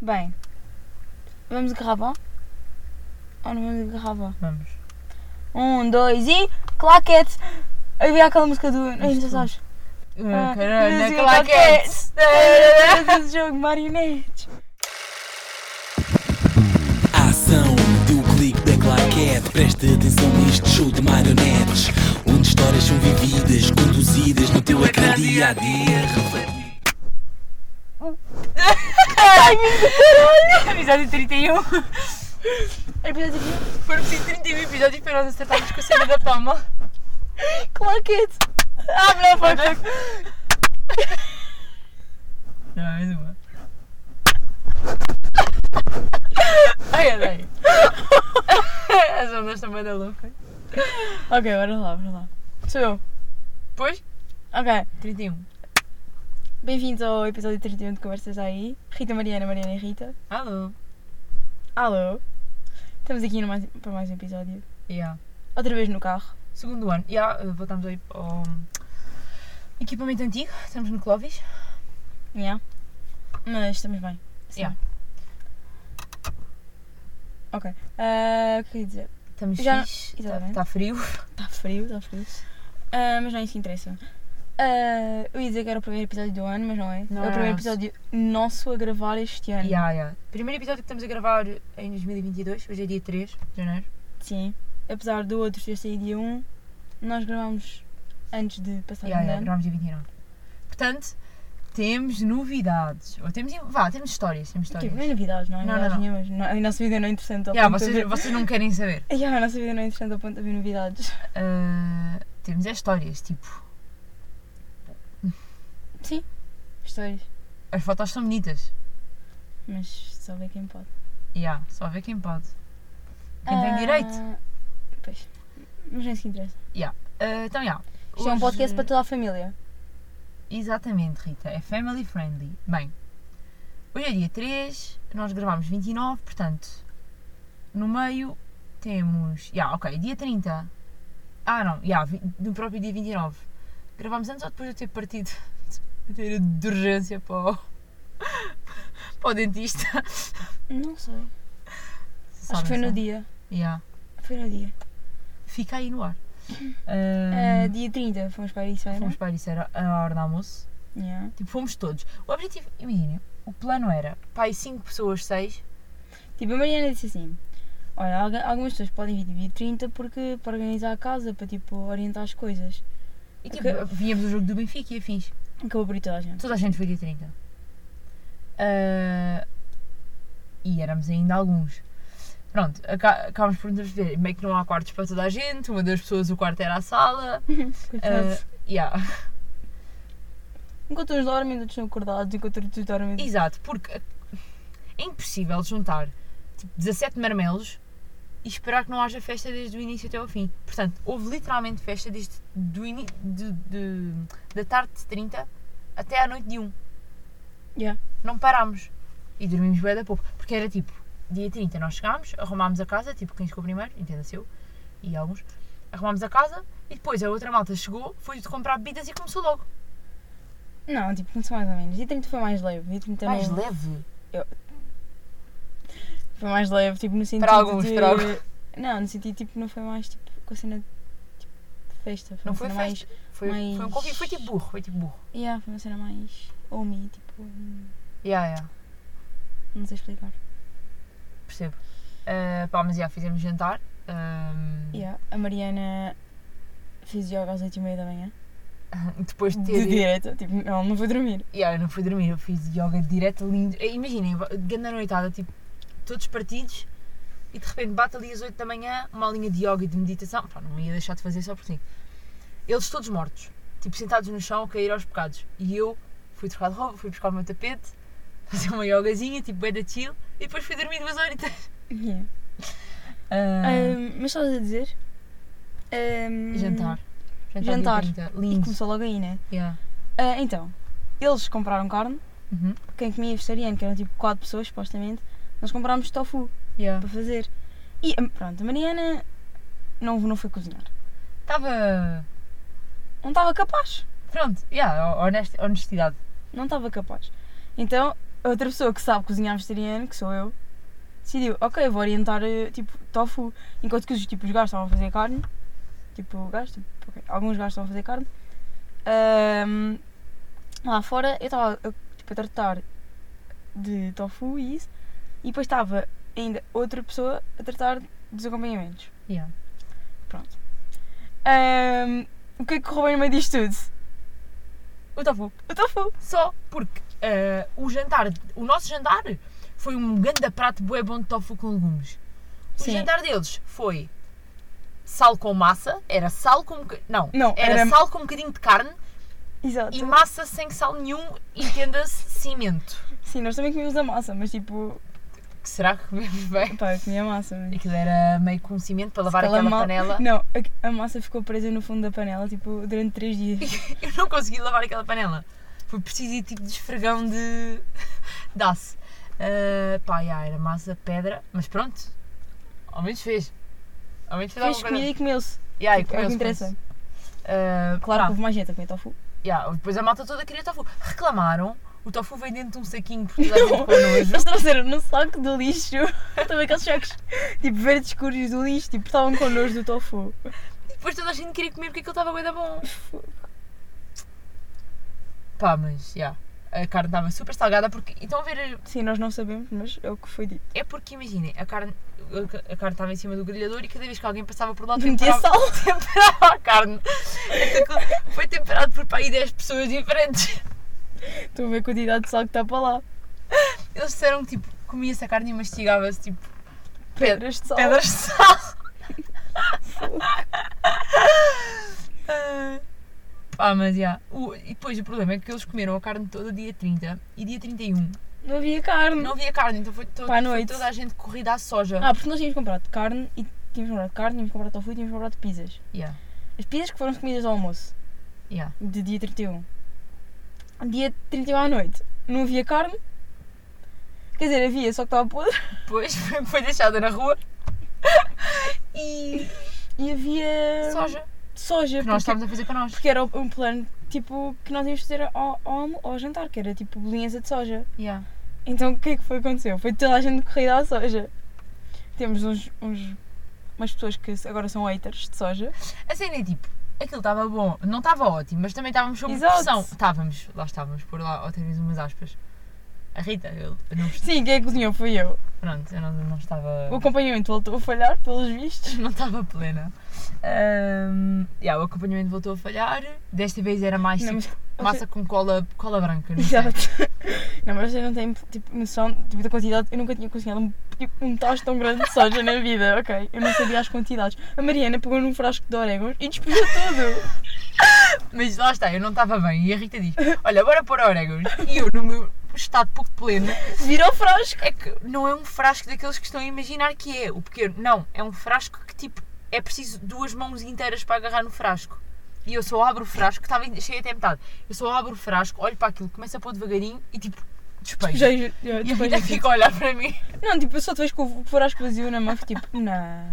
Bem, vamos agarrar bom? Ou não vamos agarrar bom? Vamos. Um, dois e. Claquete! Havia aquela música do. Não sei se sabes. Ah, Ah, Caralho, sim, claquete. claquete. Esse jogo, marionetes. A ação do clique da claquete Presta atenção neste show de marionetes Onde histórias são vividas, conduzidas no teu ecrã dia a dia Episódio 31. Episódio de Foram preciso 31 episódios para nós acertarmos com a cena da palma. claquete. Ah, não, foi. é? Não, é mais uma. Ai, adei. As ondas estão bem da louca. Ok, bora lá, bora lá. Sou eu. Pois, Ok. 31. Bem-vindos ao episódio 31 de Conversas Aí. Rita, Mariana, Mariana e Rita. Alô. Alô. Estamos aqui no mais- para mais um episódio. Yeah. Outra vez no carro. Segundo ano. Yeah, eh, voltamos aí ao equipamento antigo. Estamos no Clóvis. Yeah. Mas estamos bem. Sim. Yeah. Ok. Ah, o que eu ia dizer? Estamos Já- fixe. Exatamente. Está frio. tá Está Tá frio, está frio. Ah, mas não é isso que interessa. Ah, eu ia dizer que era o primeiro episódio do ano, mas não é. Não é o é primeiro nosso. episódio nosso a gravar este ano. Yeah, yeah. Tá Primeiro episódio que estamos a gravar em 2022. Hoje é dia 3 de janeiro. Sim. Apesar do outro ter saído dia 1, nós gravámos antes de passar Yeah, o yeah, ano. gravámos dia 29. Portanto, temos novidades. Ou temos, vá, temos histórias. Temos histórias. Tipo, nem novidades, não é? Não, não, novidades não. nenhumas. Não, a nossa vida não é interessante ao Yeah, ponto de vocês, haver- vocês não querem saber. Yeah, a nossa vida não é interessante ao ponto de haver novidades. Ah, temos é histórias, tipo. Histórias. As fotos são bonitas. Mas só vê quem pode. Yeah, só vê quem pode. Quem tem direito. Ah, Pois. Mas não é isso que interessa. Ah, então, yeah. Isto é um hoje- podcast para toda a família. Exatamente, Rita. É family friendly. Bem, hoje é dia 3, nós gravámos 29, portanto, no meio temos. Ya, ok, dia 30. Ah, não, ya, vi- no próprio dia 29. Gravámos antes ou depois de eu ter partido? De ter ido de urgência para o, para o dentista. Não sei. Acho Sabe, que foi no sabe? dia. Ya. Foi no dia. Fica aí no ar. Ah, Ahm, dia 30 fomos para isso, era? Uhum. fomos para isso, era a hora do almoço. Yeah. Tipo, fomos todos. O objetivo, imagina, o plano era, pai, 5 pessoas, 6. Tipo, a Mariana disse assim: Olha, algu- algumas pessoas podem vir de dia 30 porque, para organizar a casa, para tipo orientar as coisas. E tipo, Ok. víamos o jogo do Benfica e afins. Acabou por ir toda a gente. Toda a gente foi dia 30. Ah, e éramos ainda alguns. Pronto, aca- acabámos por nos ver. Meio que não há quartos para toda a gente. Uma das pessoas, o quarto era a sala. Coitados. Ah, yeah. Eh, Enquanto uns dormem, outros são acordados, enquanto outros dormem. Exato, porque é impossível juntar tipo, 17 marmelos e esperar que não haja festa desde o início até ao fim. Portanto, houve literalmente festa desde do ini- de- de- da tarde de 30 até à noite de 1. Yeah. Não parámos. E dormimos bem da pouco. Porque era tipo, dia 30 nós chegámos, arrumámos a casa, tipo quem chegou primeiro, entenda-se eu, e alguns, arrumámos a casa e depois a outra malta chegou, foi de comprar bebidas e começou logo. Não, tipo, começou mais ou menos. Dia 30 foi mais leve. Dia 30 Mais não- leve. Foi mais leve, tipo, no sentido. alguns, de... para alguns. Não, no sentido, tipo, não foi mais tipo com a cena de tipo, festa. Foi Não uma foi cena festa. Foi, mais- foi um convite, foi tipo burro, foi tipo burro. Mais... Yeah, foi uma cena mais. Homey, tipo. hum, Yeah, yeah, Não sei explicar. percebo. Ah, pá, mas já fizemos jantar. ah, ahm, Yeah. A Mariana fez yoga às 8h30 da manhã. Depois de De ter. direita, tipo, ela não foi dormir. Yeah, eu não fui dormir, eu fiz yoga direto lindo. Eh, Imaginem, grande noitada, tipo, todos partidos e de repente bate ali às 8 da manhã uma linha de yoga e de meditação. Pá, não ia deixar de fazer só por ti. Eles todos mortos, tipo, sentados no chão a cair aos pecados. E eu fui trocar de roupa, fui buscar o meu tapete, fazer uma yogazinha, tipo, bem da chill, e depois fui dormir duas horitas. Yeah. Ah, Ahm, mas estavas a dizer? Ahm, jantar. Jantar. dia jantar. 30, E Lindo. começou logo aí, né? Yeah. Ah, então, eles compraram carne. Uhum. Quem comia vegetariano, que eram tipo 4 pessoas, supostamente, nós comprámos tofu. Yeah. para fazer. E hum, pronto, a Mariana não, não foi cozinhar. Estava. Não estava capaz. Pronto, yeah, honest- honestidade. Não estava capaz. Então outra pessoa que sabe cozinhar vegetariano, que sou eu, decidiu, ok, vou orientar eh, tipo tofu. Enquanto que os, tipo, os gajos estavam a fazer carne, tipo, gajos, tipo, ok, alguns gajos estavam a fazer carne, ahm, lá fora eu estava tipo, a tratar de tofu e isso, e depois estava ainda outra pessoa a tratar dos acompanhamentos. Yeah. Pronto. Ahm, o que é que correu no meio disto tudo? O tofu. O tofu. Só porque eh, o jantar, o nosso jantar foi um grande prato bué bom de tofu com legumes. O Sim. jantar deles foi sal com massa, era sal com um boca- não, Não, era, era- Então- sal com um bocadinho de carne Exato. e massa sem sal nenhum, entenda-se cimento. Sim, nós também comemos a massa, mas tipo, Que será que comemos bem? pá, eu comi a massa. Mas... Aquilo era meio com cimento para lavar Ela aquela mal- panela. Não, a- a, massa ficou presa no fundo da panela, tipo, durante três dias. Eu não consegui lavar aquela panela. Foi preciso ir tipo de esfregão de. de aço. Ah, pá, já, era massa, pedra, mas pronto. Ao menos fez. Ao menos fez, Fez alguma comida coisa. e comeu-se. Ya, Tipo, é e o que comeu-se, interessa. comeu-se. Ah, Claro que pá, houve mais gente a comer tofu. ya, depois a malta toda queria tofu. Reclamaram, o tofu veio dentro de um saquinho porque toda a gente ficou nojo. Eles trouxeram no saco do lixo. Também aqueles sacos, tipo, verdes escuros do lixo, tipo, estavam com nojo do tofu. Depois toda a gente queria comer porque aquilo estava bem da bom. Pá, mas já. A carne estava super salgada porque. Então a ver Sim, nós não sabemos, mas é o que foi dito. É porque imaginem, a carne a carne estava em cima do grelhador e cada vez que alguém passava por lá Metia temperava, sal. temperava a carne. Então, aquilo Foi temperado por para aí 10 pessoas diferentes. Estou a ver a quantidade de sal que está para lá. Eles disseram que tipo, comia-se a carne e mastigava-se tipo Pedras pedras, de sal. pedras de sal. Ah, Pá, mas já. O- E depois o problema é que eles comeram a carne todo dia 30 e dia 31 Não havia carne. não havia carne, então foi, to- Para a foi noite. toda a gente corrida à soja. Ah, porque nós tínhamos comprado carne e tínhamos comprado carne, tínhamos comprado tofu e tínhamos comprado pizzas. Yeah, As pizzas que foram comidas ao almoço, yeah. de dia 31. Dia 31 à noite, não havia carne. Quer dizer, havia, só que estava podre. Depois foi- foi deixada na rua. E E havia. soja. Soja, Que porque, nós estávamos a fazer para nós. porque era um plano tipo que nós íamos fazer ao, ao, almo- ao jantar, que era tipo bolinhas de soja. Yeah. Então o que é que foi que aconteceu? Foi toda a gente corrida à soja. Temos uns, uns, umas pessoas que agora são haters de soja. A cena é tipo, aquilo estava bom, não estava ótimo, mas também estávamos sob Exato. pressão. Estávamos, lá estávamos, por lá, outra vez umas aspas. A Rita, eu, eu não est- Sim, quem é que cozinhou? Fui eu. Pronto, eu não, não estava. O acompanhamento voltou a falhar, pelos vistos. Não estava plena. Ahm, yeah, o acompanhamento voltou a falhar. Desta vez era mais Não, tipo, mas- massa com cola, cola branca. não sei. Exato. Não, mas vocês não têm tipo, noção tipo, da quantidade. Eu nunca tinha cozinhado um, tipo, um tacho tão grande de soja na vida, ok? Eu não sabia as quantidades. A Mariana pegou num frasco de orégãos e despejou tudo. Mas lá está, eu não estava bem. E a Rita diz: Olha, bora pôr orégãos. E eu, no meu estado pouco pleno, Virou o frasco. é que não é um frasco daqueles que estão a imaginar que é o pequeno. Não, é um frasco que tipo é preciso duas mãos inteiras para agarrar no frasco. E eu só abro o frasco, que estava ainda- cheio até metade. Eu só abro o frasco, olho para aquilo, começo a pôr devagarinho e tipo despejo. Já, é, e a Rita já, fica a olhar para mim. não, tipo, eu só te vejo com o frasco vazio na mão, fico tipo, não.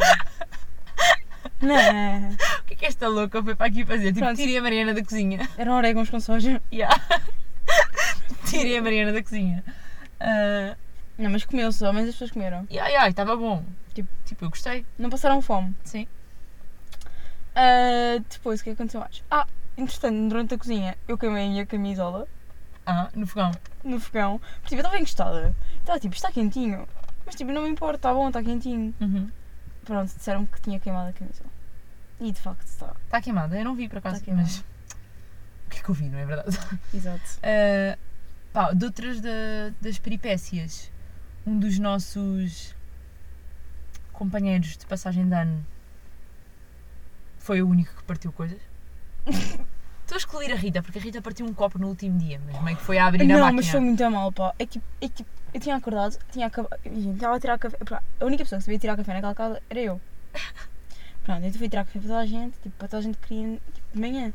Não. O que é que esta louca foi para aqui fazer? Tipo, Pronto. tirei a Mariana da cozinha. Eram orégãos com soja. Yeah. tirei a Mariana da cozinha. Ah, Não, mas comeu só, mas as pessoas comeram. yeah, yeah, estava bom. Tipo- tipo, eu gostei. Não passaram fome. Sim. Ah, depois, o que aconteceu mais? Ah, entretanto, durante a cozinha, eu queimei a minha camisola Ah, no fogão. no fogão. Porque, tipo, eu estava encostada. Estava tipo, está quentinho. Mas, tipo, não me importa, está bom, está quentinho. Uhum. Pronto, disseram-me que tinha queimado a camisola. E, de facto, está. Está Tá queimada, eu não vi por acaso, Está Tá queimada. mas. O que é que eu vi, não é verdade? Exato. Uh, pá, de outras da- das peripécias, um dos nossos companheiros de passagem de ano foi o único que partiu coisas. Estou a excluir a Rita, porque a Rita partiu um copo no último dia, mas meio que foi a abrir a Não, máquina. mas foi muito a mal, pá. É que, é que eu tinha acordado, tinha acabado. Estava a tirar café. pá, A única pessoa que sabia tirar café naquela casa era eu. Pronto, eu fui tirar café para toda a gente, tipo, para toda a gente que queria tipo, de manhã.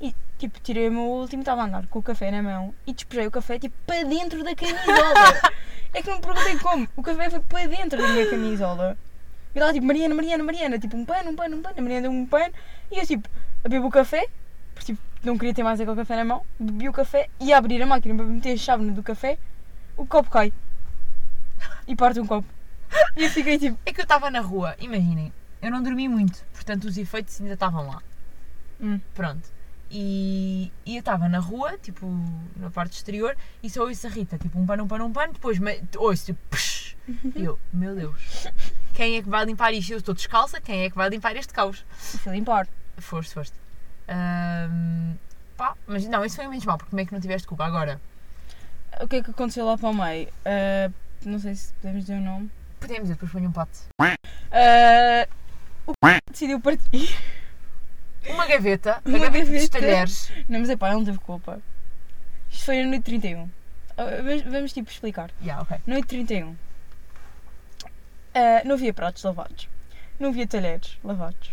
E tipo, tirei o meu último, estava a andar com o café na mão e despejei o café tipo para dentro da camisola. é que não me perguntei como. O café foi para dentro da minha camisola. E lá tipo, Mariana, Mariana, Mariana, tipo, um pano, um pano, um pano. A Mariana deu um pano e eu tipo, bebo o café, porque tipo, não queria ter mais aquele café na mão, bebi o café e abrir a máquina para meter a chávena do café o copo cai. E parte um copo. E eu fiquei tipo, É que eu estava na rua, imaginem, eu não dormi muito, portanto os efeitos ainda estavam lá. Hum. Pronto. E, e eu estava na rua, tipo, na parte exterior, e só ouço a Rita, tipo, um pano, um pano, um pano, depois me- ouço, tipo, psh, e eu, meu Deus, quem é que vai limpar isto? Eu estou descalça, quem é que vai limpar este caos? e fui é limpar. Foste, foste. Ahm, pá, mas não, isso foi menos mal, porque como é que não tiveste culpa? Agora, O que é que aconteceu lá para o meio? Ah, não sei se podemos dizer o nome. podemos, eu depois ponho um pote. Ah, o c... decidiu partir. Uma gaveta, uma Uma gaveta, dos gaveta. talheres. Não, mas é pá, ele não teve culpa. Isto foi na noite 31. Ah, vamos, vamos tipo explicar. Yeah, ok. Noite 31. Ah, não havia pratos lavados. Não havia talheres lavados.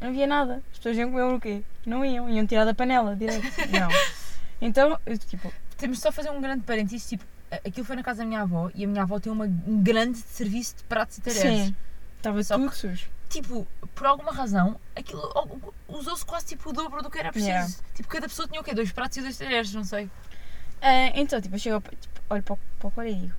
Não havia nada. As pessoas iam comer o quê? Não iam. Iam tirar da panela direto. Não. Então, eu tipo, Temos só fazer um grande parênteses, tipo, a- aquilo foi na casa da minha avó e a minha avó tem uma, um grande serviço de pratos e talheres. sim. Estava Só tudo sujo. Tipo, por alguma razão, aquilo o- o- usou-se quase tipo o dobro do que era preciso. Yeah. Tipo, cada pessoa tinha o quê? Dois pratos e dois talheres, não sei. Ah, então, tipo, eu chego, ao pa- tipo, olho para o, para o Cora e digo: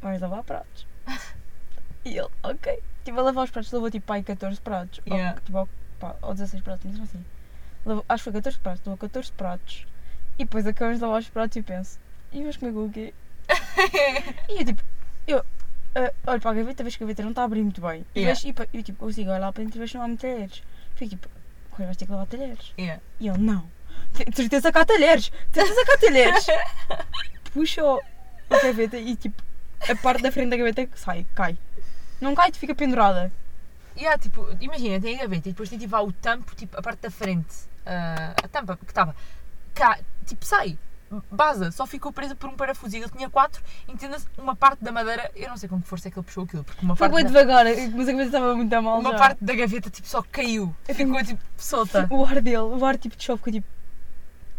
Vais lavar pratos? e ele, ok. Tipo, a lavar os pratos, lavou tipo pai 14 pratos. Yeah. Ou, tipo, ou, pá, ou 16 pratos, mas assim. Lavou, acho que foi 14 pratos, lavou 14 pratos. E depois acabamos de lavar os pratos e penso: E vais comer com o quê? e eu, tipo, eu ah, olho para a gaveta, vejo que a gaveta não está a abrir muito bem. E Yeah. vejo, e, pa- e, tipo, consigo olhar lá para dentro e vejo que não há muito talheres. Fico tipo: Cora, vais ter que lavar talheres. Yeah. E ele, não. "Te- De certeza que há talheres. De certeza que há talheres. Puxa o- a gaveta e tipo, a parte da frente da gaveta é que sai, cai. Não cai, tu fica pendurada. Yeah, tipo, imagina, tem a gaveta e depois tem tipo lá o tampo, tipo, a parte da frente, ah, a tampa que estava cá, tipo, sai, baza, só ficou presa por um parafuso e ele tinha quatro, entenda-se, uma parte da madeira, eu não sei com que força é que ele puxou aquilo, porque uma Foi parte bem da- devagar, mas a gaveta estava muito a mal. Uma já. Tá. parte da gaveta tipo só caiu. Ficou tipo solta. O ar dele, o ar tipo de choque, ficou tipo.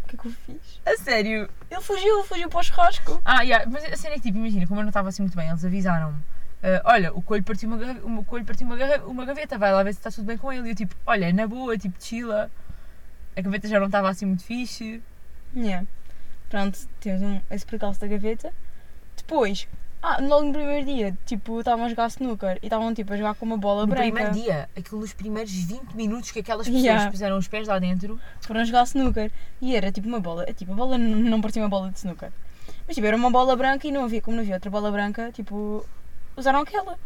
O que é que eu fiz? A sério. Ele fugiu, fugiu para o churrasco. Ah, yeah, mas a cena é que tipo, imagina, como eu não estava assim muito bem, eles avisaram-me. "Ah, olha, o coelho partiu, uma, garra- o coelho partiu uma, garra- uma gaveta, vai lá ver se está tudo bem com ele. E eu tipo, olha, é na boa, tipo, chila. A gaveta já não estava assim muito fixe. Yeah. Pronto, temos um, esse percalço da gaveta. Depois, ah, logo no primeiro dia, tipo, estavam a jogar snooker e estavam tipo a jogar com uma bola No branca. primeiro dia, aquilo nos primeiros 20 minutos que aquelas pessoas Yeah. puseram os pés lá dentro. foram jogar snooker e era tipo uma bola, tipo a bola n- não parecia uma bola de snooker, mas tipo era uma bola branca e não havia, como não havia outra bola branca, tipo usaram aquela.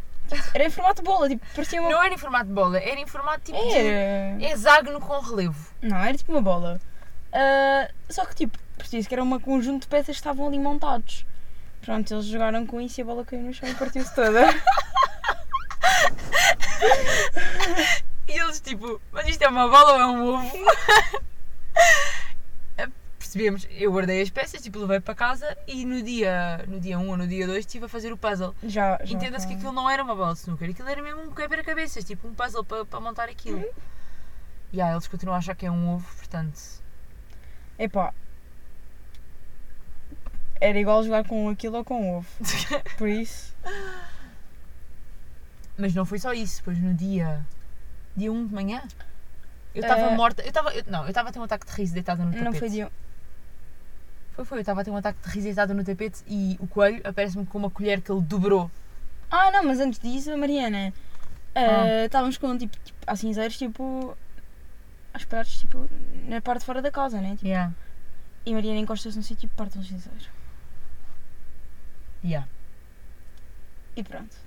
Era em formato de bola, tipo parecia uma. Não era em formato de bola, era em formato tipo de Era. hexágono com relevo. Não, era tipo uma bola. Ah, só que tipo, parecia que era um conjunto de peças que estavam ali montados. Pronto, eles jogaram com isso e a bola caiu no chão e partiu-se toda. E eles tipo, mas isto é uma bola ou é um ovo? Eh, Percebemos, eu guardei as peças, tipo, levei para casa e no dia, no dia 1 ou no dia 2 estive a fazer o puzzle. Já, já Entenda-se que com- aquilo não era uma bola de snooker, aquilo era mesmo um quebra-cabeças, tipo um puzzle para, para montar aquilo. Uhum. E ah, eles continuam a achar que é um ovo, portanto. Epá. Era igual jogar com aquilo ou com ovo. Por isso. Mas não foi só isso, pois no dia. dia 1 de manhã? Eu estava Eh, morta, eu estava. eu- Não, eu estava a ter um ataque de riso deitada no tapete. Não foi dia. Foi, foi, eu estava a ter um ataque de riso deitada no tapete e o coelho aparece-me com uma colher que ele dobrou. Ah, não, mas antes disso, a Mariana. ah, Estávamos com, tipo, tipo, há cinzeiros, tipo. A esperar, tipo, na parte de fora da casa, né? Tipo, Yeah. e a Mariana encosta-se no sítio e parte um cinzeiro. Yeah. E pronto.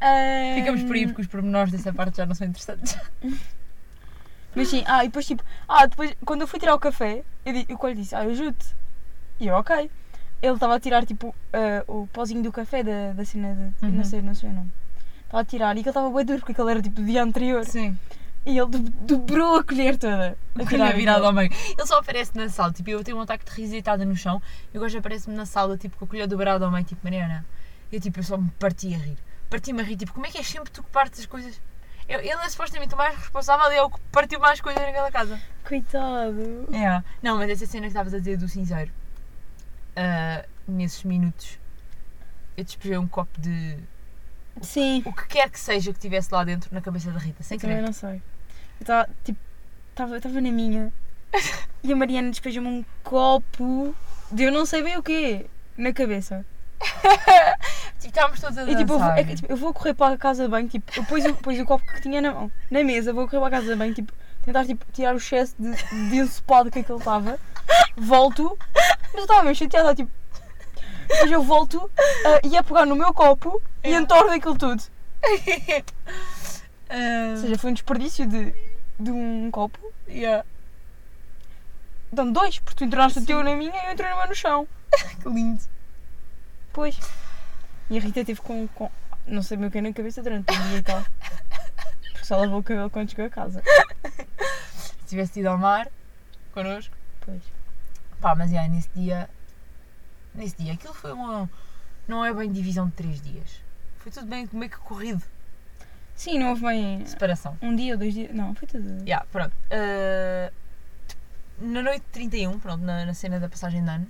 Ah, Ficamos por aí porque os pormenores dessa parte já não são interessantes. Mas sim, ah, e depois, tipo. Ah, depois, quando eu fui tirar o café, eu di, o coelho disse, ah, eu ajudo-te. E eu, ok. Ele estava a tirar, tipo, ah, o pozinho do café da, da cena de. Uhum. Não sei, não sei o nome. Estava a tirar e que ele estava bem duro porque aquele era, tipo, do dia anterior. Sim. E ele do- dobrou a colher toda. O A coelho é tirar virado ao meio. Ele só aparece na sala. Tipo, eu tenho um ataque de riso deitada no chão e o gajo aparece-me na sala, tipo, com a colher dobrada ao meio, tipo, Mariana. Eu, tipo, eu só me parti a rir. Parti-me a rir, tipo, como é que é sempre tu que partes as coisas? Eu- ele é supostamente o mais responsável e é o que partiu mais coisas naquela casa. Coitado. É. Não, mas essa cena que estavas a dizer do cinzeiro, ah, nesses minutos, eu despejei um copo de Sim. o que quer que seja que tivesse lá dentro na cabeça da Rita, sem Eu também querer. não sei. Eu estava, tipo, estava eu estava na minha. E a Mariana despejou-me um copo de eu não sei bem o quê. na cabeça. Tipo, estávamos todos a E dançar. tipo eu, vou, é que, tipo, eu vou correr para a casa de banho, tipo, eu pus, o- pus o copo que tinha na mão, na mesa, vou correr para a casa de banho, tipo, tentar tipo, tirar o excesso de, de ensopado que aquilo estava, volto, mas eu estava mesmo chateada, tipo, depois eu volto ah, e ia pegar no meu copo e entorno aquilo tudo. Ah, Ou seja, foi um desperdício de, de um copo. yeah. Então dois, porque tu entraste o teu na minha e eu entrei no meu no chão. Que lindo. Pois. E a Rita teve com. com não sei bem o que é na cabeça durante o dia e tal. Porque só lavou o cabelo quando chegou a casa. Se tivesse ido ao mar, connosco. Pois. Pá, mas yeah, nesse dia. Nesse dia, aquilo foi uma. Não é bem divisão de três dias. Foi tudo bem meio que corrido. Sim, não houve bem. Separação. Um dia ou dois dias. Não, foi tudo. Yeah, pronto. Ah, na noite de 31, pronto, na, na cena da passagem de ano,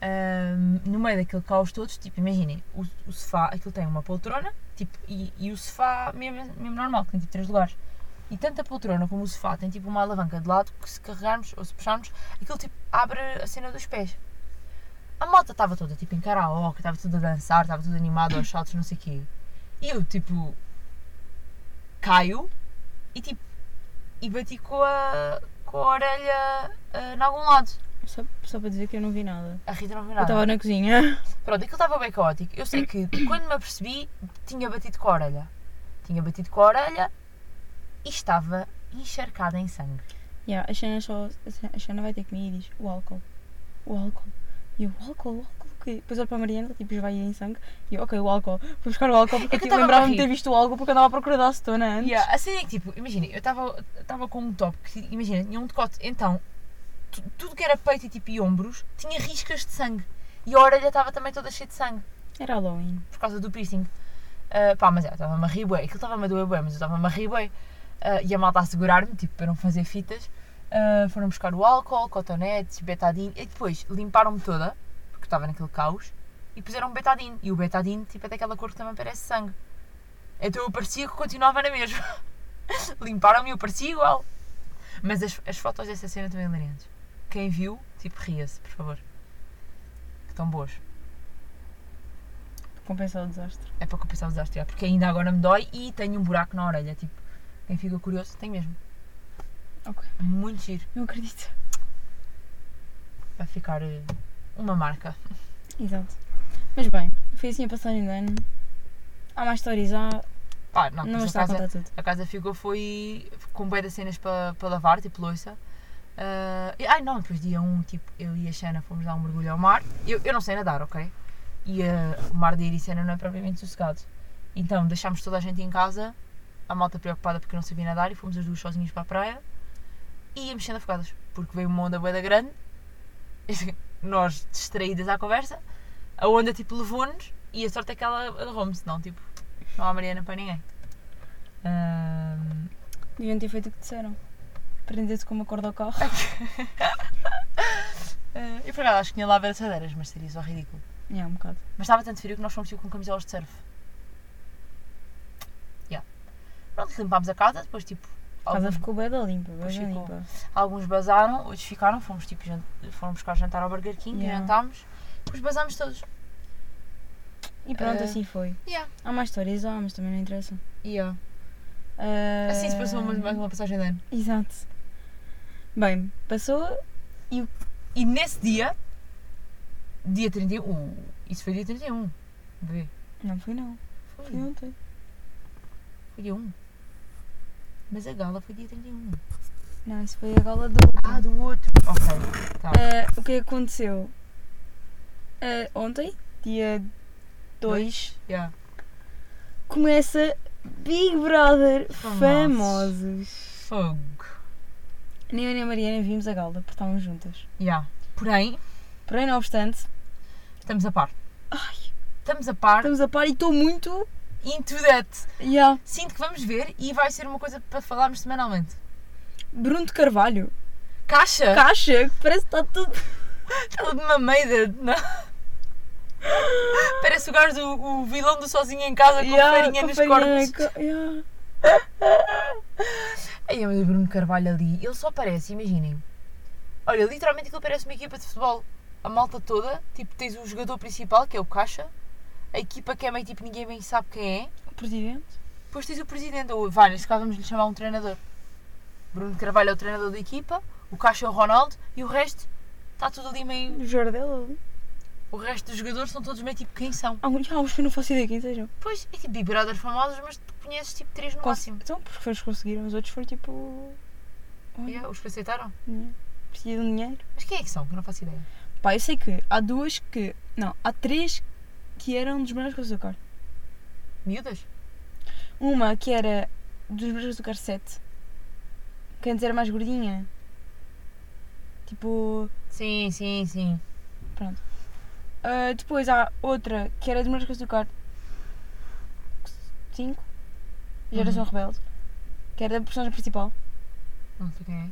ah, no meio daquele caos todos, tipo, imaginem, o, o sofá, aquilo tem uma poltrona, tipo, e, e o sofá mesmo, mesmo normal, que tem tipo três lugares. E tanto a poltrona como o sofá tem tipo uma alavanca de lado que se carregarmos ou se puxarmos, aquilo tipo abre a cena dos pés. A malta estava toda tipo em karaoke, estava tudo a dançar, estava tudo animado aos saltos, não sei o quê. E eu tipo caio e tipo e bati com a, com a orelha ah, em algum lado. Só, só para dizer que eu não vi nada. A Rita não viu Eu nada. estava na cozinha. Pronto, aquilo estava bem caótico. Eu sei que quando me apercebi, tinha batido com a orelha. Tinha batido com a orelha e estava encharcada em sangue. Yeah, a Xana só. a Xana- A Xana vai ter comigo e diz: o álcool. O álcool. E eu, o álcool, o álcool. o quê?" Depois olho para a Mariana, ela, tipo, já vai em sangue. E eu, ok, o álcool. Fui buscar o álcool porque É que eu eu estava a lembrava-me de ter rir. visto o álcool porque andava à procura da acetona antes. Yeah, a cena é que, tipo, imagina, eu estava com um top que, imagina, tinha um decote, então, tu- tudo que era peito e, tipo, e ombros, tinha riscas de sangue. E a orelha estava também toda cheia de sangue, Era Halloween. por causa do piercing. Ah, pá, mas é, estava-me a rir bué. Aquilo estava-me a doer bué, mas eu estava-me a rir bué. Ah, e a malta a segurar-me, tipo, para não fazer fitas. Ah, foram buscar o álcool, cotonetes, betadine. E depois limparam-me toda, porque eu estava naquele caos, e puseram betadine. E o betadine, tipo, é daquela cor que também parece sangue. Então eu parecia que continuava na mesma. limparam-me e eu parecia igual. Mas as, as fotos dessa cena estão hilariantes. Quem viu, tipo, ria-se, por favor. Que estão boas. Compensar o desastre. É para compensar o desastre, é, porque ainda agora me dói e tenho um buraco na orelha. Tipo, quem fica curioso tem mesmo. Ok. Muito giro. Não acredito. Vai ficar eh, uma marca. Exato. Mas bem, foi assim a passagem de ano. Há mais histórias, há. Pá, Não não, vou Ah, mas estar a a casa, contar tudo. a casa ficou foi com bué de cenas para para lavar, tipo louça. Ah, e- ai não, depois dia 1, tipo, eu e a Xana fomos dar um mergulho ao mar. Eu, eu não sei nadar, ok? E ah, o mar de Iricena não é propriamente sossegado. Então deixámos toda a gente em casa, a malta preocupada porque não sabia nadar, e fomos as duas sozinhas para a praia. E íamos sendo afogadas, porque veio uma onda bué da grande, nós distraídas à conversa, a onda tipo levou-nos, e a sorte é que ela agarrou-me, senão tipo, não há Mariana para ninguém. Ahm, Deviam ter feito o que disseram. Prender-se com uma corda ao carro. É. ah, eu por acaso acho que tinha lá abraçadeiras, mas seria só ridículo. É, um bocado. Mas estava tanto frio que nós fomos tipo, com camisolas de surf. Yeah. Pronto, limpámos a casa, depois tipo. A casa alguns- ficou bem da limpa, bem da Pois ficou. limpa. Alguns basaram, outros ficaram, fomos tipo jan- foram buscar jantar ao Burger King Yeah. e jantámos, depois basámos todos. E pronto, Eh, assim foi. yeah. Há mais histórias, há, mas também não interessa. Ah, Assim se passou mais mais uma passagem de ano. Exato. Bem, passou. E nesse dia, dia 31, uh, isso foi dia 31, bebê. Não foi não. Foi, Foi ontem. foi dia 1. Mas a gala foi dia 31. Não, isso foi a gala do. Ah, do outro. Ok. Ah, o que é que aconteceu? Ah, ontem, dia 2 Yeah. começa Big Brother Famosos. Famosos. Fogo. Nem eu nem a Mariana vimos a galda, porque estávamos juntas. Yeah. Porém, Porém, não obstante, estamos a par. ai, Estamos a par. estamos a par e estou muito. Into that. Yeah. Sinto que vamos ver e vai ser uma coisa para falarmos semanalmente. Bruno de Carvalho, Caixa! caixa, que parece que está tudo. Aquela de Mamader. não? Parece o gajo, o, o vilão do Sozinho em Casa com Yeah, farinha com nos farinha corpos. na co- yeah. Aí é o Bruno Carvalho ali, ele só parece, imaginem. Olha, literalmente aquilo parece uma equipa de futebol. a malta toda, tipo, tens o jogador principal, que é o Caixa, a equipa que é meio tipo, ninguém bem sabe quem é, O presidente. depois tens o presidente, ou vá, neste caso vamos lhe chamar um treinador. Bruno Carvalho é o treinador da equipa, o Caixa é o Ronaldo e o resto está tudo ali meio. O Jardel ali. O resto dos jogadores são todos meio tipo quem são. Há uns há uns que eu não faço ideia quem sejam. Pois, é tipo Big Brother famosos, mas tu conheces tipo três no Quase- máximo. Então, porque eles conseguiram, os outros foram tipo. Olha, Yeah, os que aceitaram. Precisa de um dinheiro. Mas quem é que são? Que eu não faço ideia. Pá, eu sei que há duas que. Não, há três que eram dos melhores coisas do Açúcar. Miúdas? Uma que era dos melhores do Açúcar 7. Que antes era mais gordinha. Tipo. Sim, sim, sim. ah, depois há outra que era dos melhores coisas do Açúcar 5. Geração Rebelde. Que era a personagem principal. Não sei quem é.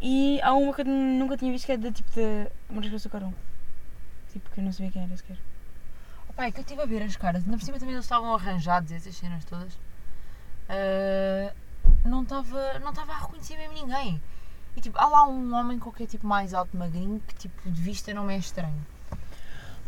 E há uma que eu nunca tinha visto que é da tipo de Melhores coisas do Açúcar 1. Tipo, que eu não sabia quem era sequer. Opa, é que eu estive a ver as caras. Ainda por cima também eles estavam arranjados, essas cenas todas. Ah, não estava não estava a reconhecer mesmo ninguém. E tipo, há lá um homem qualquer tipo mais alto, magrinho, que tipo de vista não me é estranho.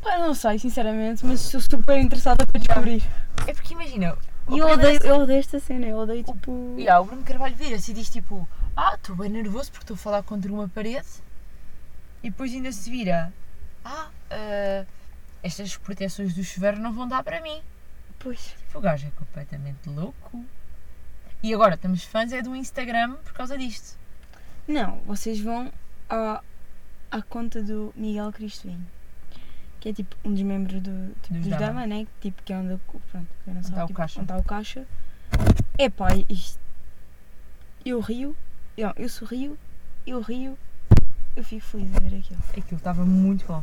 Pá, eu não sei, sinceramente, mas estou super interessada para descobrir. É porque imagina. E eu a primeira odeio, eu odeio esta cena, eu odeio tipo. Yeah, o Bruno Carvalho vira-se e diz tipo: Ah, estou bem nervoso porque estou a falar contra uma parede. E depois ainda se vira: Ah, ah, estas proteções do chuveiro não vão dar para mim. Pois. Tipo, o gajo é completamente louco. E agora estamos fãs é do Instagram por causa disto. Não, vocês vão à, à conta do Miguel Cristoinho, que é tipo um dos membros do, tipo, Dos dos, Dama. Dama, né? Que, Tipo, que é onde. Pronto, que eu não sei tá o tipo, caixa. Onde está o caixa. É pá, isto. Eu rio, eu, eu sorrio, eu rio, eu fico feliz a ver aquilo. Aquilo estava muito bom.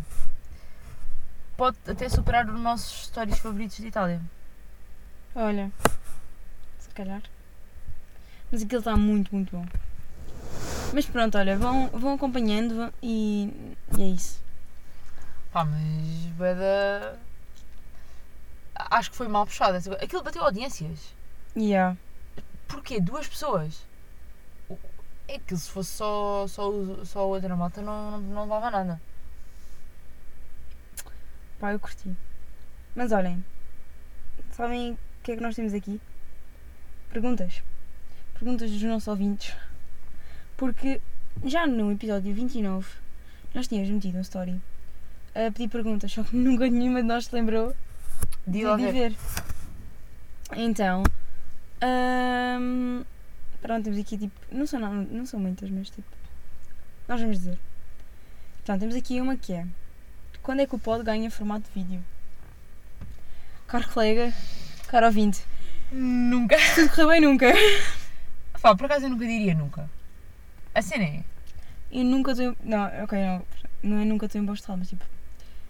Pode até superar os nossos stories favoritos de Itália. Olha, se calhar. Mas aquilo está muito, muito bom. Mas pronto, olha, vão, vão acompanhando vão- e, e é isso. Pá, mas. Bada... Acho que foi mal puxado. essa coisa. Aquilo bateu audiências. Yeah. Porquê? Duas pessoas? O- É que se fosse só, só, o- só a outra malta não, não, não dava nada. Pá, eu curti. Mas olhem, sabem o que é que nós temos aqui? Perguntas. Perguntas dos nossos ouvintes. Porque já no episódio 29 nós tínhamos metido um story a pedir perguntas, só que nunca nenhuma de nós se lembrou De de, lá de ver. ver. Então, hum, pronto, temos aqui tipo, não são, não, não são muitas, mas tipo, nós vamos dizer. Então, temos aqui uma que é: Quando é que o pod ganha formato de vídeo? Caro colega, caro ouvinte, Nunca. tudo correu bem nunca. Fá, por acaso eu nunca diria nunca. A cena é. Eu nunca estou. Não, ok, não, não é nunca estou embostado, mas tipo,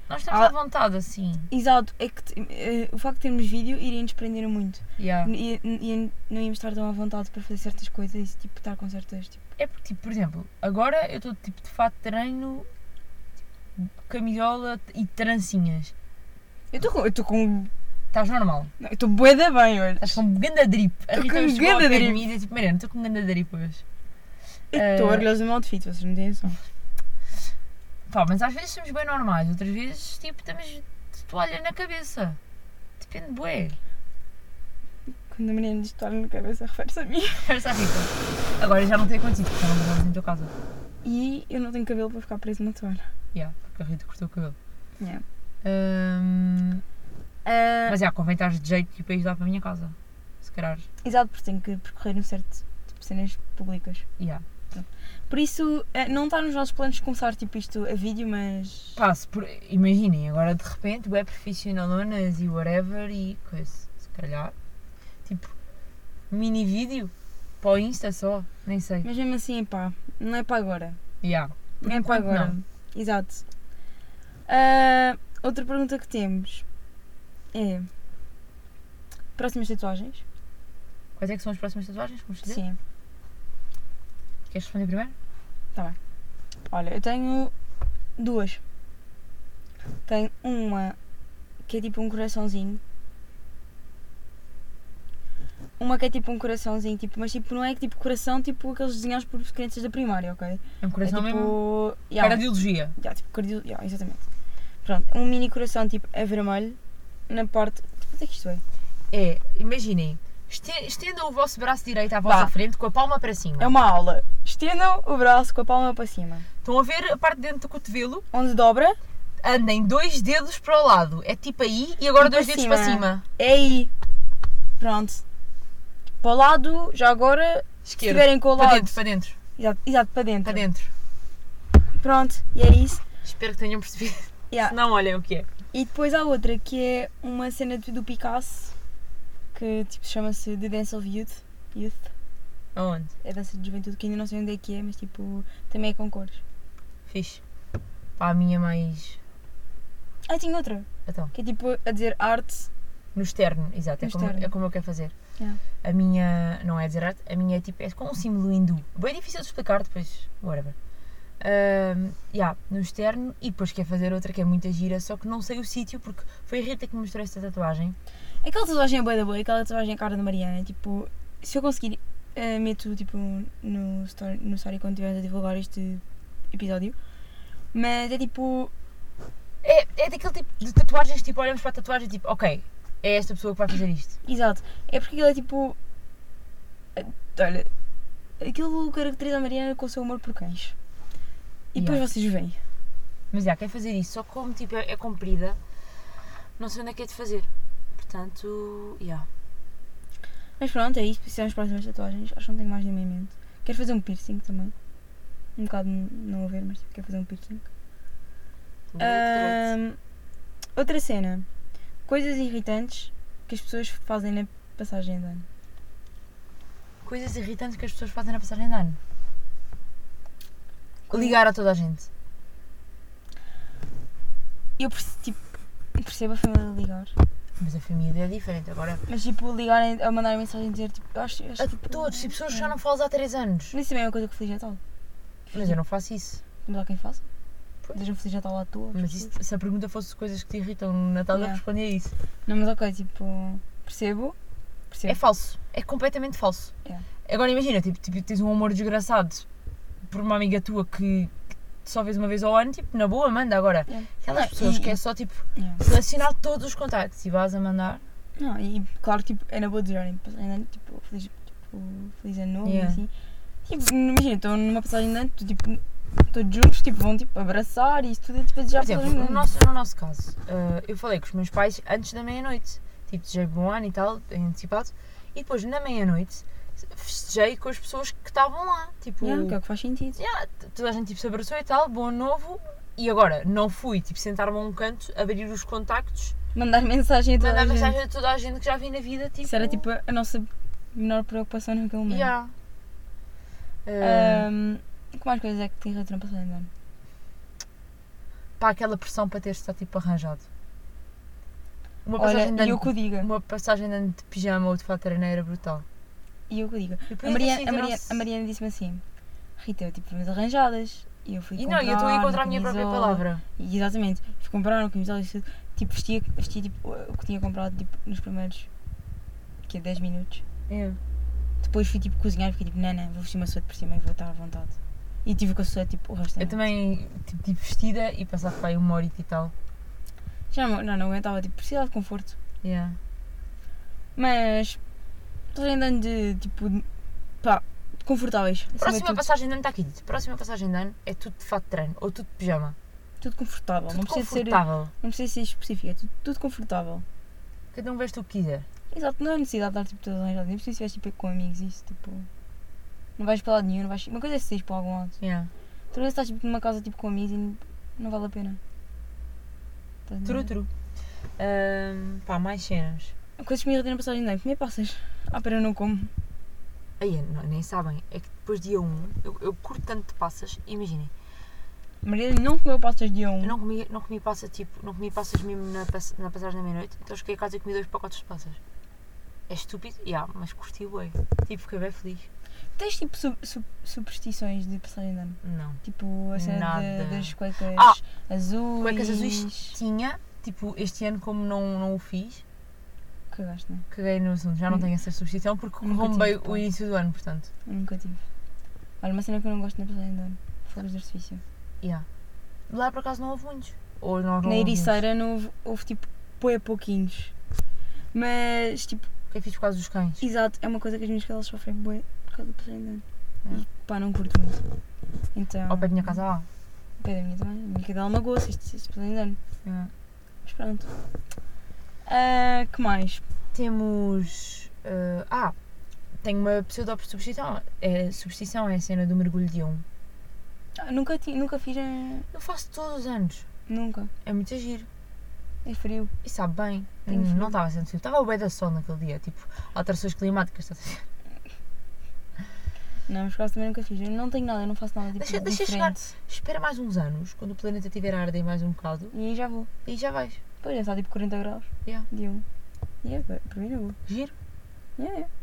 Nós estamos Ah. à vontade assim. exato, é que eh, o facto de termos vídeo iria nos prender muito. Yeah. E, e não íamos estar tão à vontade para fazer certas coisas e tipo, estar com certas. Tipo, É porque, tipo, por exemplo, agora eu estou tipo de fato de treino, tipo, camisola e trancinhas. Eu estou com. Eu estou com. Estás normal. não, Eu estou boeda bem hoje. Estás com um ganda drip. A Tô Rita com chegou ao ganda pé de drip. mim e disse, tipo, Mariana, estou com um ganda drip hoje. Eu Estou Eh, orgulhosa do meu outfit, vocês não têm noção. Pá, mas às vezes somos bem normais, outras vezes, tipo, estamos de toalha na cabeça. Depende, bué. Quando a menina diz toalha na cabeça, refere-se a mim. Parece a Rita. tipo, Agora já não tem acontecido, porque não moramos em tua casa. E eu não tenho cabelo para ficar preso na toalha. Yeah, porque a Rita cortou o cabelo. Yeah. Ahm, Ah, mas já, convém estar de jeito e depois lá para a minha casa. Se calhar. Exato, porque tenho que percorrer um certo tipo de cenas públicas. Yeah. Por isso, eh, não está nos nossos planos de começar tipo isto a vídeo, mas. Passo por. Imaginem, agora de repente, bué profissionalonas e whatever e coisa. Se calhar. Tipo, mini vídeo para o Insta só. Nem sei. Mas mesmo assim, pá, não é para agora. Yeah. Por não é para enquanto, agora. não. Exato. Ah, outra pergunta que temos é. Próximas tatuagens? Quais é que são as próximas tatuagens? Vamos dizer? Sim. Queres responder primeiro? Olha, eu tenho duas. Tenho uma que é tipo um coraçãozinho. Uma que é tipo um coraçãozinho, tipo, mas tipo, não é tipo coração, tipo aqueles desenhados por crianças da primária, ok? É um coração é tipo. mesmo. yeah, Cardiologia. yeah, tipo cardio- yeah, exatamente. Pronto, um mini coração tipo a vermelho na parte. Tipo, onde é que isto é? É, imaginem, este- estendam o vosso braço direito à vossa Vá. frente com a palma para cima. É uma aula. Estendam o braço com a palma para cima. Estão a ver a parte de dentro do cotovelo? Onde dobra, Andem dois dedos para o lado. É tipo aí e agora E dois para dedos cima. para cima. é aí. Pronto. Para o lado, já agora, se Esquerda. estiverem com o Para lado. dentro, para dentro, Exato, exato, para dentro. para dentro. Pronto, e é isso. Espero que tenham percebido. Yeah. Se não, olhem o que é. E depois há outra que é uma cena do do Picasso que tipo, chama-se The Dance of Youth. Youth. Aonde? É dança de juventude que ainda não sei onde é que é, mas tipo, também é com cores. Fixe. Pá, a minha mais. Ah, tinha outra, Então, que é tipo a dizer arte. no externo, exato, é, No como, externo. é como eu quero fazer. Yeah. A minha, não é dizer arte, a minha é tipo, é com um símbolo hindu. Bem difícil de explicar, depois, whatever. Ahm, yeah, no externo, e depois quer fazer outra que é muita gira, só que não sei o sítio, porque foi a Rita que me mostrou esta tatuagem. Aquela tatuagem é boa da boa, aquela tatuagem é a cara da Mariana. é Tipo, se eu conseguir, eh, meto tipo no story, no story quando estivermos a divulgar este episódio. Mas é tipo, É, é daquele tipo de tatuagens, tipo, olhamos para a tatuagem, tipo, ok, é esta pessoa que vai fazer isto. Exato. É porque aquilo é tipo. eh, Olha, aquilo caracteriza a Mariana com o seu amor por cães. E depois Yeah. vocês veem. Mas já, quer fazer isso, só que como tipo, é, é comprida, não sei onde é que é de fazer. Portanto, yeah. Mas pronto, é isso. Precisamos para as próximas tatuagens. Acho que não tenho mais nenhuma em mente. Quero fazer um piercing também. Um bocado n- não a ver, mas quero fazer um piercing. Direito, Ahm, outra cena. Coisas irritantes que as pessoas fazem na passagem de ano. Coisas irritantes que as pessoas fazem na passagem de ano. Ligar a toda a gente. Eu perce- tipo, percebo a família ligar. Mas a família é diferente agora. Mas tipo, ligarem, a mandarem mensagem e dizer tipo, eu acho, eu acho A tipo, todos, e pessoas que já não falas há 3 anos. Mas isso também é uma coisa que feliz Natal. Mas eu não faço isso. Mas há quem faça. Pois. Desejam feliz Natal à toa. Mas isto- se a pergunta fosse coisas que te irritam no Natal, eu Yeah. respondia isso. Não, mas ok, tipo, percebo. É Percebo. falso. É completamente falso. Yeah. Agora imagina, tipo, tipo, tens um amor desgraçado por uma amiga tua que, que só vês uma vez ao ano, tipo, na boa, manda agora. Yeah. Aquelas Não, pessoas e- que é só, tipo, Yeah. selecionar todos os contactos e vais a mandar. Não, e claro que tipo, é na boa desejarem. ainda, Tipo, feliz, tipo, feliz ano novo Yeah. e assim. Tipo, imagina, estão numa passagem de ano, tu, tipo, todos juntos, tipo, vão tipo, abraçar e isso tudo, e tipo, a desejar Por exemplo, feliz ano no nosso, no nosso caso, eh, eu falei com os meus pais antes da meia-noite, tipo, desejei bom ano e tal, em antecipado, e depois na meia-noite festejei com as pessoas que estavam lá, tipo, Yeah, que é o que faz sentido. yeah, t- toda a gente tipo, se abraçou e tal, bom ano novo, e agora não fui, tipo, sentar-me a um canto, abrir os contactos, Mandar mensagem a toda mandar a gente. mensagem a toda a gente que já vi na vida, tipo... Isso era tipo a nossa menor preocupação naquele momento. yeah. Eh, Ahm, que mais coisas é que te irritam na passagem de ano? Pá, aquela pressão para ter estar tipo arranjado. Uma Olha, passagem de e eu ano- que o diga. uma passagem de ano de pijama ou de fato era era brutal. E eu que o diga. Eu podia A ter Mariana, sido a Mariana, nosso- a Mariana disse-me assim: Rita, eu tipo, fomos arranjadas. E eu fui E não, comprar. eu estou a encontrar a minha no própria camisola. palavra. E, exatamente, fui comprar um camisola e isso tudo. Tipo, vestia, vestia tipo, o que tinha comprado tipo, nos primeiros que 10 minutos. Depois fui tipo cozinhar, fiquei tipo, não, não, vou vestir uma suéte por cima e vou estar à vontade. E tive com a suéte tipo, o resto da Eu noite. também tipo, tive vestida e passava para aí uma horita e tal. Já não, não, não aguentava, tipo, precisava de conforto. Yeah. Mas estou andando de tipo, de- pá, confortáveis. acima de Próxima é tudo. passagem de ano está aqui. dito. Próxima passagem de ano é tudo de fato de treino ou tudo de pijama. Tudo confortável, Tudo não precisa ser, confortável. não precisa ser específico, é tudo- tudo confortável. Cada um veste o que quiser. Exato, não é necessidade de estar tipo todas arranjadas. Nem preciso se estiveres tipo com amigos e isso, tipo. Não vais para lado nenhum, não vais. Uma coisa é sair para algum lado. Yeah. Outra coisa é estás tipo numa casa tipo com amigos e não vale a pena. Estás a Turu, entender? turu. Ahm, pá, mais cenas. Coisas que me irritam na passagem de ano. Comer passas. Ah, pera, eu não como. Aí, não, nem sabem. É que depois dia 1, eu, eu curto tanto de passas. Imaginem, Maria não comeu passas um. dia eu 1. não comi, não comi passa tipo, não comi passas mesmo na, pass- na passagem da meia-noite. Então cheguei a casa e comi dois pacotes de passas. É estúpido? Yeah, mas curti bem. Tipo, fiquei bem feliz. Tens tipo su- su- superstições de passagem de ano? Não. Tipo a cena de- Nada. das cuecas Ah, azuis. Cuecas azuis tinha, tipo, este ano como não, não o fiz, Que eu gosto, né? caguei no assunto, já não tenho essa substituição porque Nunca corrompe bem tive, pá. o início do ano, portanto. Eu nunca tive. Olha, uma cena que eu não gosto na passagem de ano. Flores de artifício. Yeah. Lá por acaso não houve muitos. Ou nós não Na ouvimos. Ericeira não houve, houve tipo bué pouquinhos. Mas tipo, O que é que fiz por causa dos cães? exato, é uma coisa que as minhas cadelas sofrem bué por causa do passarinho É. grande. E pá, não curto muito. Então, Ao pé da minha casa lá. ao pé da minha também, a minha cadela magoa-se este, este passarinho grande. É. Mas pronto. Ah, que mais? Temos. eh, ah, tenho uma pseudo-substituição. É, substituição é a cena do mergulho de um. Ah, nunca, ti- nunca fiz. eh, Eu faço todos os anos. Nunca. É muito giro. É frio. E sabe bem. Tem Hum, frio. Não estava sendo frio. Estava bem da sol naquele dia. Tipo, alterações climáticas. estás a ver? Não, mas quase também nunca fiz. Eu não tenho nada, eu não faço nada tipo, Deixa, deixa chegar. diferente. Espera mais uns anos, quando o planeta tiver a arder mais um bocado, E aí já vou. e já vais. Depois deve estar tipo 40 graus. Yeah. De um. Yeah, para para mim não vou. Giro. Yeah, yeah.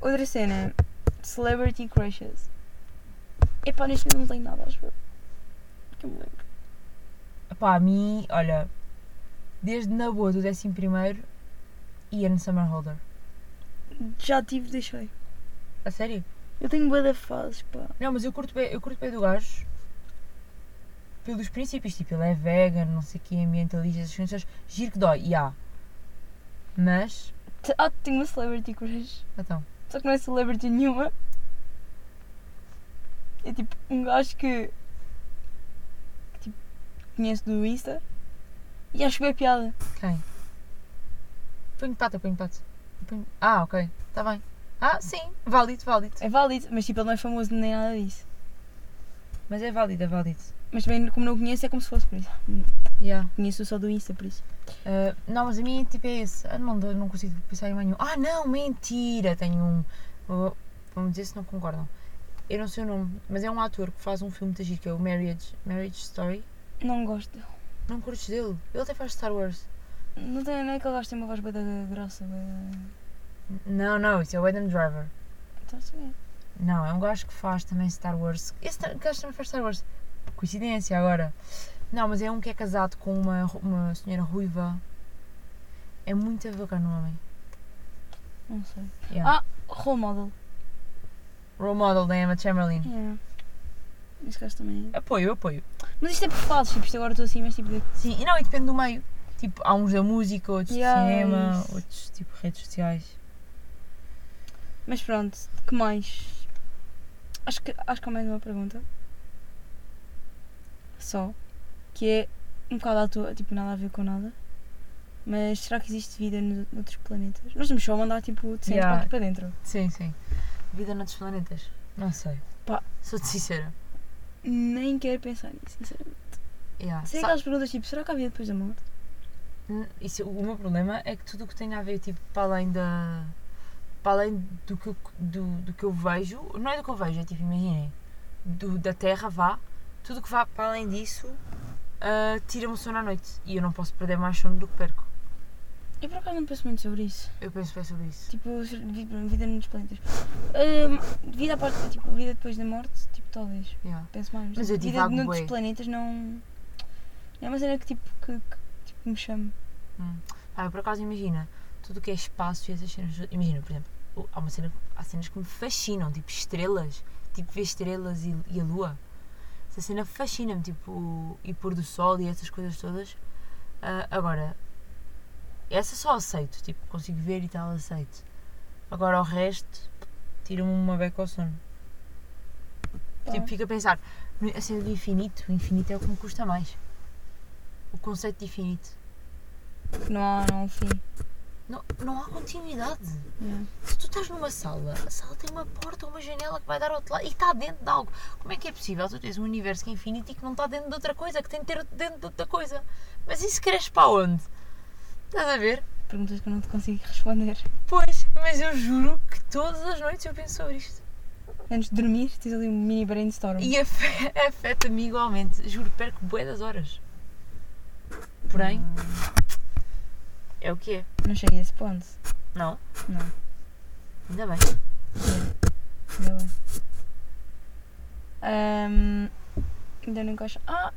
Outra cena. Celebrity crushes. Epá, neste momento não tenho nada, acho eu. Que eu me lembro. Pá, a mim, olha, desde na boa do 11 primeiro, ia no Summer Holder. Já tive, deixei. A sério? Eu tenho boa da fase, pá. Não, mas eu curto bem, eu curto bem do gajo pelos princípios, tipo, ele é vegan, não sei o que, ambientalista, essas coisas, giro que dói, e há. Mas, Te- Ah, tenho uma celebrity crush. então, Só que não é celebrity nenhuma. É tipo um gajo que. que tipo, conheço do Insta. E acho bem piada. quem? Ponho pata, ponho pata. Ponho- Ah, ok, está bem. Ah, sim, válido, válido. É válido, mas tipo, ele não é famoso nem nada disso. Mas é válido, é válido. Mas também, como não o conheço, é como se fosse por isso. Yeah. Conheço só do Insta, por isso. Ah, não, mas a mim, tipo, é esse. Ah, não, dou- não consigo pensar em mais nenhum. Ah, não, mentira, tenho um. Oh, Vamos dizer se não concordam. Eu não sei o nome, mas é um ator que faz um filme muito giro, que é o Marriage, Marriage Story. Não gosto dele. Não curtes dele. Ele até faz Star Wars. Não, tem, não é que ele gajo tem uma voz bem grossa, bem... Não, não, isso é o Adam Driver. Então, sim. Não, é um gajo que faz também Star Wars. Esse ta- gajo também faz Star Wars. Coincidência agora. Não, mas é um que é casado com uma, ru- uma senhora ruiva. É muito bacana o homem. Não sei. Yeah. Role model. Role model da Emma Chamberlain. Yeah. Esse gajo também é. Apoio, apoio. Mas isto é por fases, tipo, isto agora estou assim, mas tipo... de- Sim, e não, e depende do meio. Tipo, há uns da música, outros Yeah, de cinema, isso. outros tipo redes sociais. Mas pronto, que mais? Acho que, acho que há mais uma pergunta. Só. Que é um bocado à toa, tipo, nada a ver com nada. Mas será que existe vida no, noutros planetas? Nós vamos só mandar, tipo, de centro Yeah. para aqui para dentro. Sim, sim. Vida noutros planetas? Não sei. Pá. Sou-te sincera. Nem quero pensar nisso, sinceramente. Yeah. Sei Sa- aquelas perguntas, tipo, será que há vida depois da morte? Hum, Isso, o meu problema é que tudo o que tem a ver, tipo, para além da. para além do que, eu- do, do que eu vejo, não é do que eu vejo, é tipo, imaginem, do, da terra vá, tudo o que vá para além disso ah, tira-me o sono à noite e eu não posso perder mais sono do que perco. Eu por acaso não penso muito sobre isso. Eu penso bem sobre isso. Tipo, ser- vi- vida nos planetas. Hum, vida, à parte, tipo, vida depois da morte, tipo, talvez. Yeah. Penso mais. tipo, Mas eu vida divago noutros bué. planetas não. É uma cena que tipo, que, que, tipo, me chama. Ah, eu por acaso imagina, tudo o que é espaço e essas cenas. Imagina, por exemplo, o- há, uma cena, há cenas que me fascinam, tipo estrelas, tipo ver estrelas e, e a lua. Essa cena fascina-me, tipo, o- e pôr do sol e essas coisas todas. Ah, agora, essa só aceito, tipo, consigo ver e tal, aceito. Agora o resto, tira-me uma beca ao sono. Pá. Tipo, fico a pensar, no- a cena do infinito, o infinito é o que me custa mais. O conceito de infinito. Não há, não há um fim. Não, não há continuidade. Não. Se tu estás numa sala, a sala tem uma porta ou uma janela que vai dar ao outro lado e está dentro de algo. Como é que é possível tu tens um universo que é infinito e que não está dentro de outra coisa, que tem de ter dentro de outra coisa? Mas isso cresce para onde? Estás a ver? Perguntas que eu não te consigo responder. Pois, mas eu juro que todas as noites eu penso sobre isto. Antes de dormir, tens ali um mini brainstorm. E afe- afeta-me igualmente. Juro, perco bué das horas. Porém, é o que é. Não cheguei a esse ponto. Não? Não. Ainda bem. Ainda bem. Ahm, ainda não encaixo. Ah!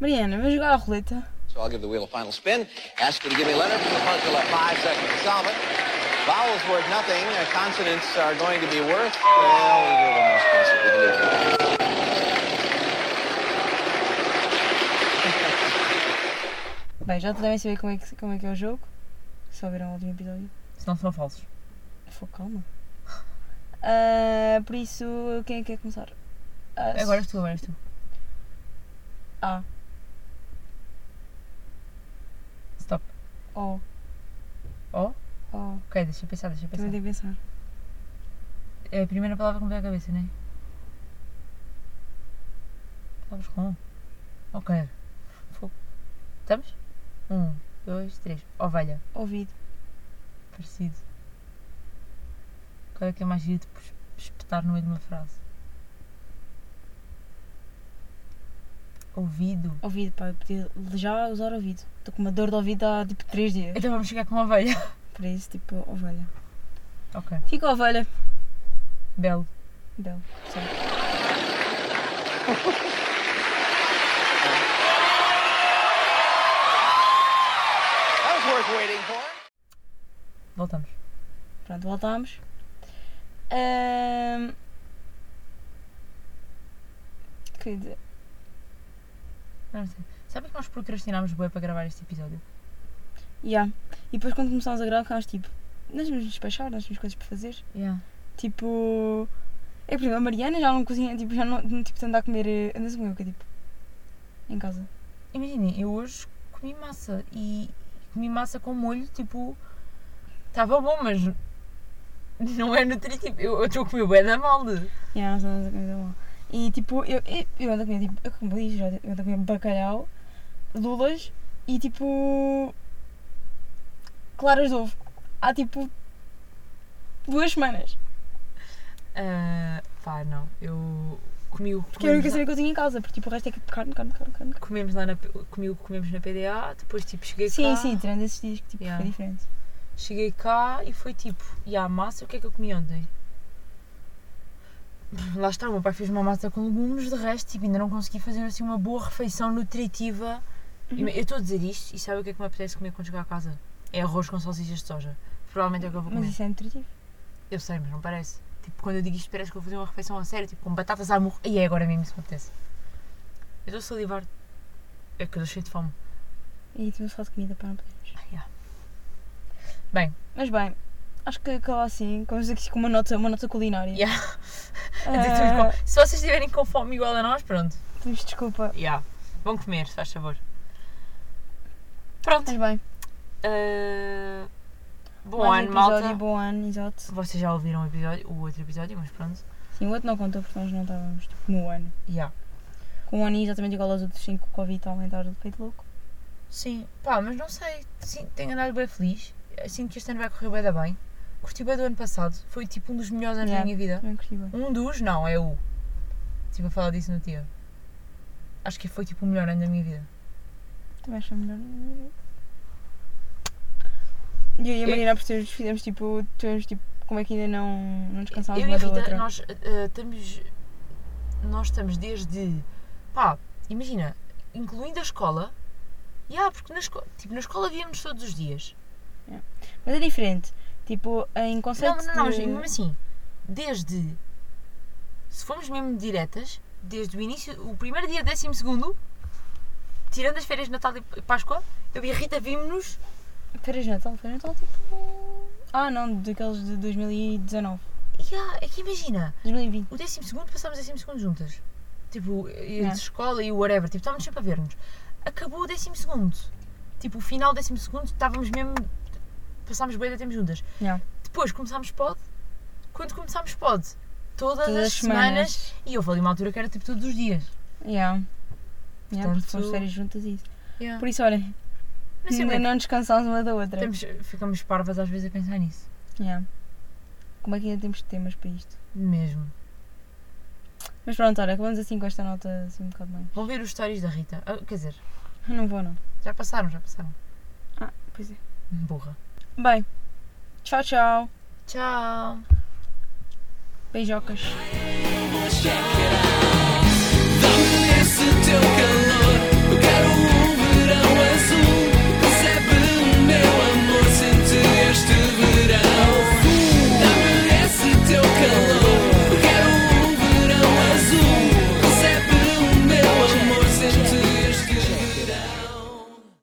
Mariana, vamos jogar à roleta. So I'll give the wheel a final spin. Ask you to give me Leonard from the front till left, five seconds to solve it. Vowels worth nothing. Uh, Consonants are going to be worth. Well, we do the most consonant we can do. Bem, já devem saber como é, que, como é que é o jogo. Só viram o último episódio. Senão serão falsos. Fô, calma. Ah, por isso, quem é que quer começar? Ah, Agora és tu, agora és tu. A. Stop. O. O? O. Ok, deixa eu pensar, deixa eu Oh? pensar. Oh. Também tenho que pensar. É a primeira palavra que me veio à cabeça, não é? Palavras com. um. Ok. Fogo. Estamos? Um, dois, três. Ovelha. Ouvido. Parecido. Qual é que é mais giro de pes- espetar no meio de uma frase? Ouvido. Ouvido, pá. Eu podia já usar ouvido. Estou com uma dor de ouvido há tipo 3 dias. Então vamos chegar com uma ovelha. Para isso, tipo, ovelha. Ok. Fica a ovelha. Então, Belo. Belo. Certo. That was worth waiting for. Voltamos. Pronto, voltámos. Ahm... Queria dizer. Não sei. Sabe que nós procrastinámos bem para gravar este episódio? Yeah. E depois quando começámos a gravar ficámos tipo, nós vamos nos despachar, nós temos coisas para fazer. Yeah. Tipo. É por exemplo, a Mariana já não cozinha, tipo, já não não, tipo, anda a comer. eh, Anda-se a comer o quê, tipo? Em casa. Imaginem, eu hoje comi massa e comi massa com molho, tipo, estava bom, mas não é nutritivo. Eu eu estou a comer bué da mal. Yeah, nós andamos a comer tão mal. E tipo, eu, eu, eu ando a comer, tipo, eu como lixo, já- eu ando a comer bacalhau, lulas e tipo. claras de ovo. Há tipo. duas semanas. Ah, pá, não, eu comi o que Que é a única comemos, cena que eu tinha em casa, porque tipo, o resto é tipo carne, carne, carne, carne. lá- carne. comemos lá na, P- comi o que comemos na PDA, depois tipo cheguei Sim, cá, sim, tirando esses dias que tipo, Yeah. foi diferente. cheguei cá e foi tipo, e a massa, o que é que eu comi ontem? Lá está, o meu pai fez uma massa com legumes, de resto, tipo, ainda não consegui fazer assim uma boa refeição nutritiva. Uhum. E Eu estou a dizer isto e sabe o que é que me apetece comer quando chegar a casa? É arroz com salsichas de soja. Provavelmente é o que eu vou Mas comer. isso é nutritivo. Eu sei, mas não parece. Tipo, quando eu digo isto, parece que eu vou fazer uma refeição a sério, tipo, com batatas à morro. E é agora mesmo isso que me apetece. Eu estou a salivar. É que eu estou cheio de fome. E tivemos só de comida para não podermos. Ah, yeah. Mas bem, acho que acabou assim. Começamos aqui com uma nota, uma nota culinária. Yeah. É Ah, Se vocês estiverem com fome igual a nós, pronto. pedimos desculpa. Yeah. Vão comer, se faz favor. Pronto. Mas bem, Ah, bom mais um ano, episódio, malta. bom ano, exato. Vocês já ouviram o, episódio, o outro episódio, mas pronto. Sim, o outro não contou porque nós não estávamos tipo, no ano. Yeah. Com um ano exatamente igual aos outros 5 que o Covid está a aumentar o peito louco. Sim, pá, mas não sei, sim, tenho andado bem feliz. Sinto que este ano vai correr bem da bem. Curti bem do ano passado, foi tipo um dos melhores anos Yeah. da minha vida. Também curti bem. Um dos, não, é o. Estive a falar disso no dia. Acho que foi tipo o melhor ano da minha vida. Também achei melhor. E eu e a Eu- Marina por teres fizemos tipo, tivemos tipo, como é que ainda não, não descansámos Eu e a Tá uma da Rita, outra. nós eh, estamos. Nós estamos desde. pá, imagina, incluindo a escola. Yeah, porque na, esco tipo, na escola víamos todos os dias. Mas é diferente. Tipo, em conceito Não, não, não, mas de... mesmo assim, desde. Se formos mesmo diretas, desde o início, o primeiro dia, décimo segundo, tirando as férias de Natal e Páscoa, eu e a Rita vimos-nos. Férias de Natal, férias de Natal tipo. Ah não, daqueles de 2019. E há- é que imagina, 2020. o décimo segundo passámos décimo segundo juntas. Tipo, e Yeah. de escola e o whatever, tipo, estávamos sempre a ver-nos. Acabou o décimo segundo. Tipo, o final do décimo segundo, estávamos mesmo. Passámos bem da tempo juntas. Yeah. Depois começámos pod. Quando começámos pod? Todas, Todas as, as semanas. semanas. E houve ali uma altura que era tipo todos os dias. Yeah. Yeah, porque Portanto- fomos férias juntas e isso. Yeah. Por isso, olha, Não sei ainda bem. não descansámos uma da outra. Temos, ficamos parvas às vezes a pensar nisso. Yeah. Como é que ainda temos temas para isto? Mesmo. Mas pronto, olha, acabamos assim com esta nota assim um bocado mais. Vão ver os stories da Rita. Ah, quer dizer, Eu não vou não. já passaram, já passaram. Ah, pois é. Burra. Bem, tchau, tchau. Tchau. Beijocas. Dá-me esse teu carão. um um